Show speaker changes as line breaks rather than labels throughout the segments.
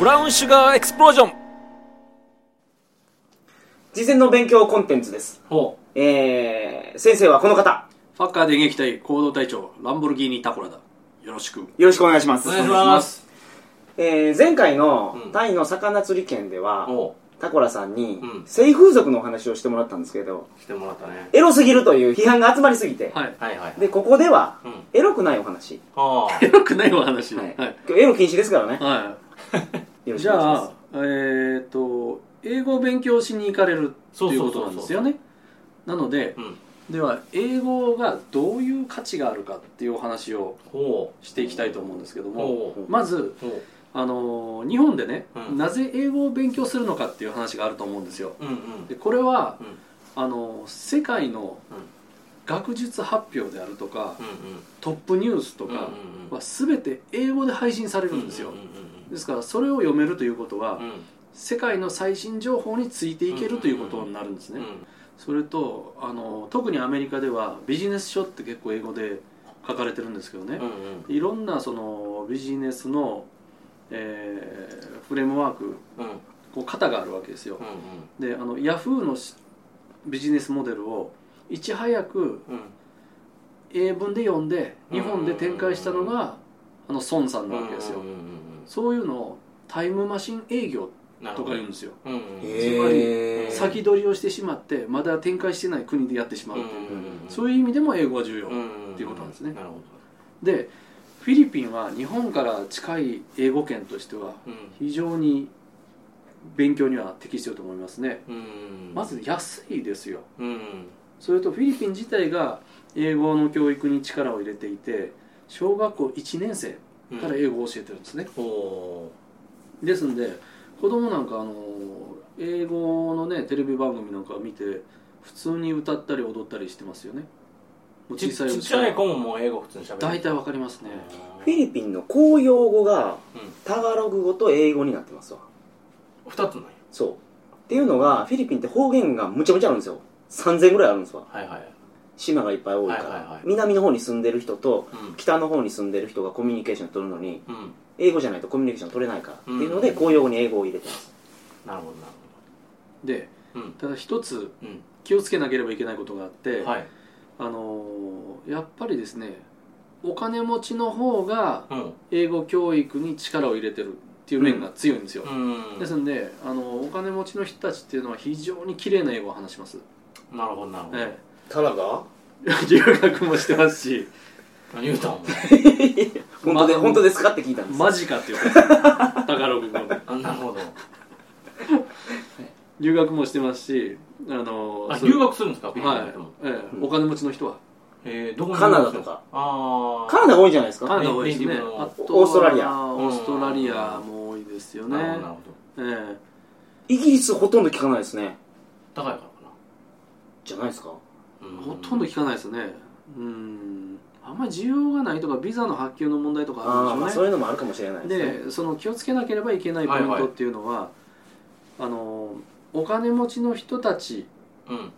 ブラウンシュガーエクスプロージョン
事前の勉強コンテンツです。
ほう
えー、先生はこの方、
ファッカーで撃退行動隊長ランボルギーニタコラだよろしく
よろしくお願いします。
お願いします
えー、前回の
うん
タイの魚釣り券では、
お
タコラさんに
うん、
性風俗のお話をしてもらったんですけど、
う来てもらったね
エロすぎるという批判が集まりすぎて、
はい
はいはい
で、ここでは、
うん
エロくないお話。
あ あ
よくないお話
は
はいい、
今日エロ禁止ですからね。
は
よ
い、
ろし
じ
くお
ゃ
願いしま
あえー、っと英語を勉強しに行かれるっていうことなんですよねなので
うん
では英語がどういう価値があるかっていうお話を
ほ
していきたいと思うんですけど
う
も
ほう
まず、
ほう
あのー日本でね、
うん
なぜ英語を勉強するのかっていう話があると思うんですよ
うんうん
でこれは、
うん
あの世界の
うん
学術発表であるとか、
うんうん
トップニュースと
うん
か
うんうん
は全て英語で配信されるんですよ、
うんうん
ですからそれを読めるということは、
うんうん
世界の最新情報についていけるということになるんですね、
うんうん
それとあの特にアメリカではビジネス書って結構英語で書かれてるんですけどね、
うん
いろんなそのビジネスの、えーフレームワーク
うんうん
こう型があるわけですよ
う、ん
であのヤフーのしビジネスモデルをいち早く
うん
英文で読んで
うん
日本で展開したのがあの孫さんなわけですよ
うんうんうん
そういうのをタイムマシン営業
うんなる
と
ほ
か
ど
言うんですよ
うんうん
す。
うん
へー
先取りをしてしまってまだ展開してない国でやってしまう
う
と
ん
いう
うんうん
そういう意味でも英語は重要
うん
っていうことなんですね
なるほど
でフィリピンは日本から近い英語圏としては
うん
非常に勉強には適していると思いますね
うん
まず安いですよ
うん
それとフィリピン自体が英語の教育に力を入れていて小学校1年生
うん
から英語を教えてるんですね、
ほ
ですんで子供なんかあの英語のねテレビ番組なんか見て普通に歌ったり踊ったりしてますよね
う
もう小さいう
ちっ
ち
ちゃい子ももう英語普通に喋る
大体わかりますね
フィリピンの公用語が
うん、
タガログ語と英語になってますわ。
二つなんや
そう。っていうのが、フィリピンって方言がむちゃむちゃあるんですよ。3000ぐらいあるんですわ。
はいはい
島がいっぱい多いか
は
ら。
いはいはい
南の方に住んでる人と、
うん
北の方に住んでる人がコミュニケーション取るのに、
うん
英語じゃないとコミュニケーション取れないから。
うん
っていうので、公用語に英語を入れてます。
なるほどなる
で
ほどうん
ただ一つ
うん
気をつけなければいけないことがあって、
はい
あのやっぱりですねお金持ちの方が
うん
英語教育に力を入れてるっていう面が強いんですよ、
うん
ですんであのお金持ちの人たちっていうのは非常に綺麗な英語を話します、
なるほどなるほど、
え
タナが
え、 留学もしてま すし
何言うたんお前
本当で、
ま
本当ですかって聞いたんです。
マジかっていうことタガログ語で
あなるほど
留学もしてますしあの
あ
そういう
留学するんですかフィリピン
は
の
い
人も、
ええ
うん
お金持ちの人は
えー、どこに
カナダとか
ああ
カナダが多いんじゃないです
カ
か
ナダ多いですね
ネイティブの
あとは
オーストラリア
オーストラリアも多いですよね
なるほどなるほど
ええ
イギリスほとんど聞かないですね。
高いか
じゃないですか。
らかな、う
ほとんど聞かないですよねうんあんまり需要がないとかビザの発給の問題とか
ああ
あ
ー、
るん
まあ
でし
そ
ょう
う
ね
いうのもあるかもしれないですね。
でその気をつけなければいけないポイントっていうのは、あのお金持ちの人たち
うん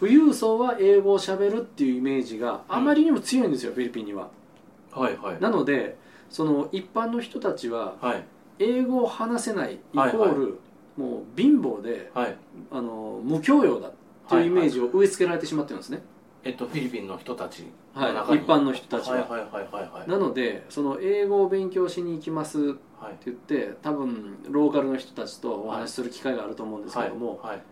富裕層は英語をしゃべるっていうイメージがあまりにも強いんですよ、フィリピンには
はいはい
なのでその一般の人たちは
はい
英語を話せないイコ
はい
ール、
はい
もう貧乏で
はい
あの無教養だっていうイメージを植え付けられてしまってるんですね、
えっとフィリピンの人たち
はい
の中に
一般の人たちは
はいはいはいはいはい
なのでその英語を勉強しに行きますって
はい
言って多分ローカルの人たちとお話しする機会があると思うんですけども、
はいはい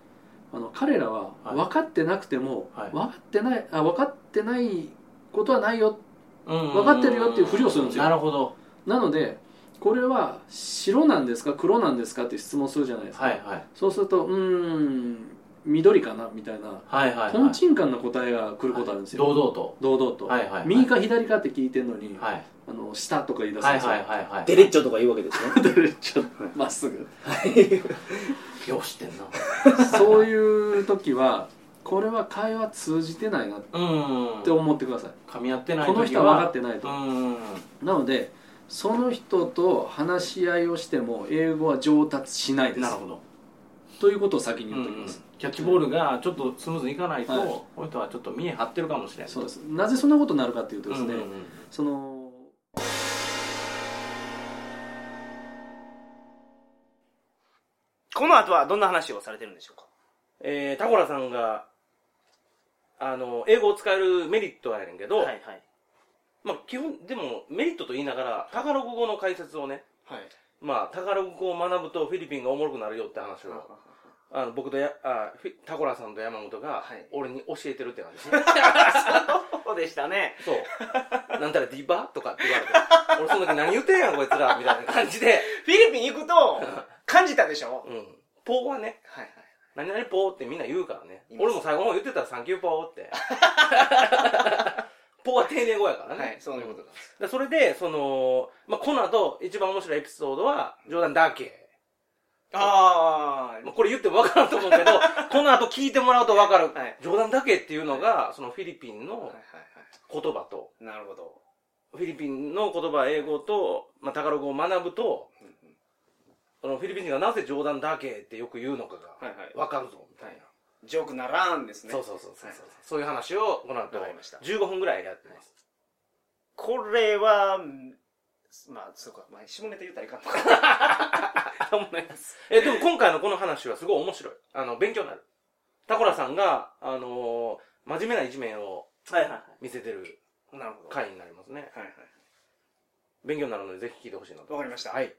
あの彼らは
はい
分かってなくても、
はい
分かってないあ分かってないことはないよ
うんうんうん
分かってるよっていうふりをするんですよ
なるほど
なのでこれは白なんですか黒なんですかって質問するじゃないですか、
はいはい
そうするとうーん緑かなみたいな
はいはいはい
とんちんかんな答えが来ることあるんですよ、
堂々と
堂々と、
はいはいはい
右か左かって聞いてんのに、
はい
あの下とか言い出すん
は
で
い
すよ、
はいはいはい
デレッチョとか言うわけですね。
ちょっとまっすぐ
よう知ってんな
そういう時はこれは会話通じてないなっ
うん
て思ってください、
噛み合ってない
この
時
人は分か
は
ってないと、
うん
なのでその人と話し合いをしても英語は上達しないで
な
す
るほど
ということを先に
う
言っておき
ん
ます、
キャッチボールがちょっとスムーズにいかないと、
はい
この人はちょっと見え張ってるかもしれない
そうですなぜそんなことになるかというとです
うんう
ね、
んうん
その
この後はどんな話をされてるんでしょうか
えー、タコラさんが、あの、英語を使えるメリットはやねんけど、
はいはい。
まあ基本、でもメリットと言いながら、タガログ語の解説をね、
はい。
まあタガログ語を学ぶとフィリピンがおもろくなるよって話を、あの、僕とや、あフィタコラさんと山本が
はい、
俺に教えてるって感じですね。
そうでしたね。
そう。なんたらディバとかって言われて、俺その時何言ってんやんこいつら、みたいな感じで、
フィリピン行くと、感じたでしょ
うん。ポーはね、
はいはい。
何々ポーってみんな言うからね
言。います
俺も最後の方言ってたらサンキューポー って。ポーは丁寧語やからね。
はい、そういうことなんです。
でそれで、その、まあ、この後、一番面白いエピソードは、冗談だけ。
あ
まあこれ言っても分からんと 思うけど、この後聞いてもらうと分かる。
はい
冗談だけっていうのが、そのフィリピンの言葉と、
い。なるほど。
フィリピンの言葉、英語と、まあ、タガログを学ぶと、そのフィリピン人がなぜ冗談だけってよく言うのか
はい
が、
はい。
分かるぞ、みたいな。
ジョークならんですね。
そうそうそうそう
はい
そう。そういう話を、この後
わかりました、
15分ぐらいやってます。
これは、うんまあ、そうか、まあ、下ネタ言ったらいかんのか。
と思います。え、でも今回のこの話はすごい面白い。あの、勉強になる。タコラさんが、あのー真面目な一面を
はいはいは
見せてる
い。なるほど。はい
回になりますね。
はい。
勉強になるので、ぜひ聞いてほしいなと。
わかりました。
はい。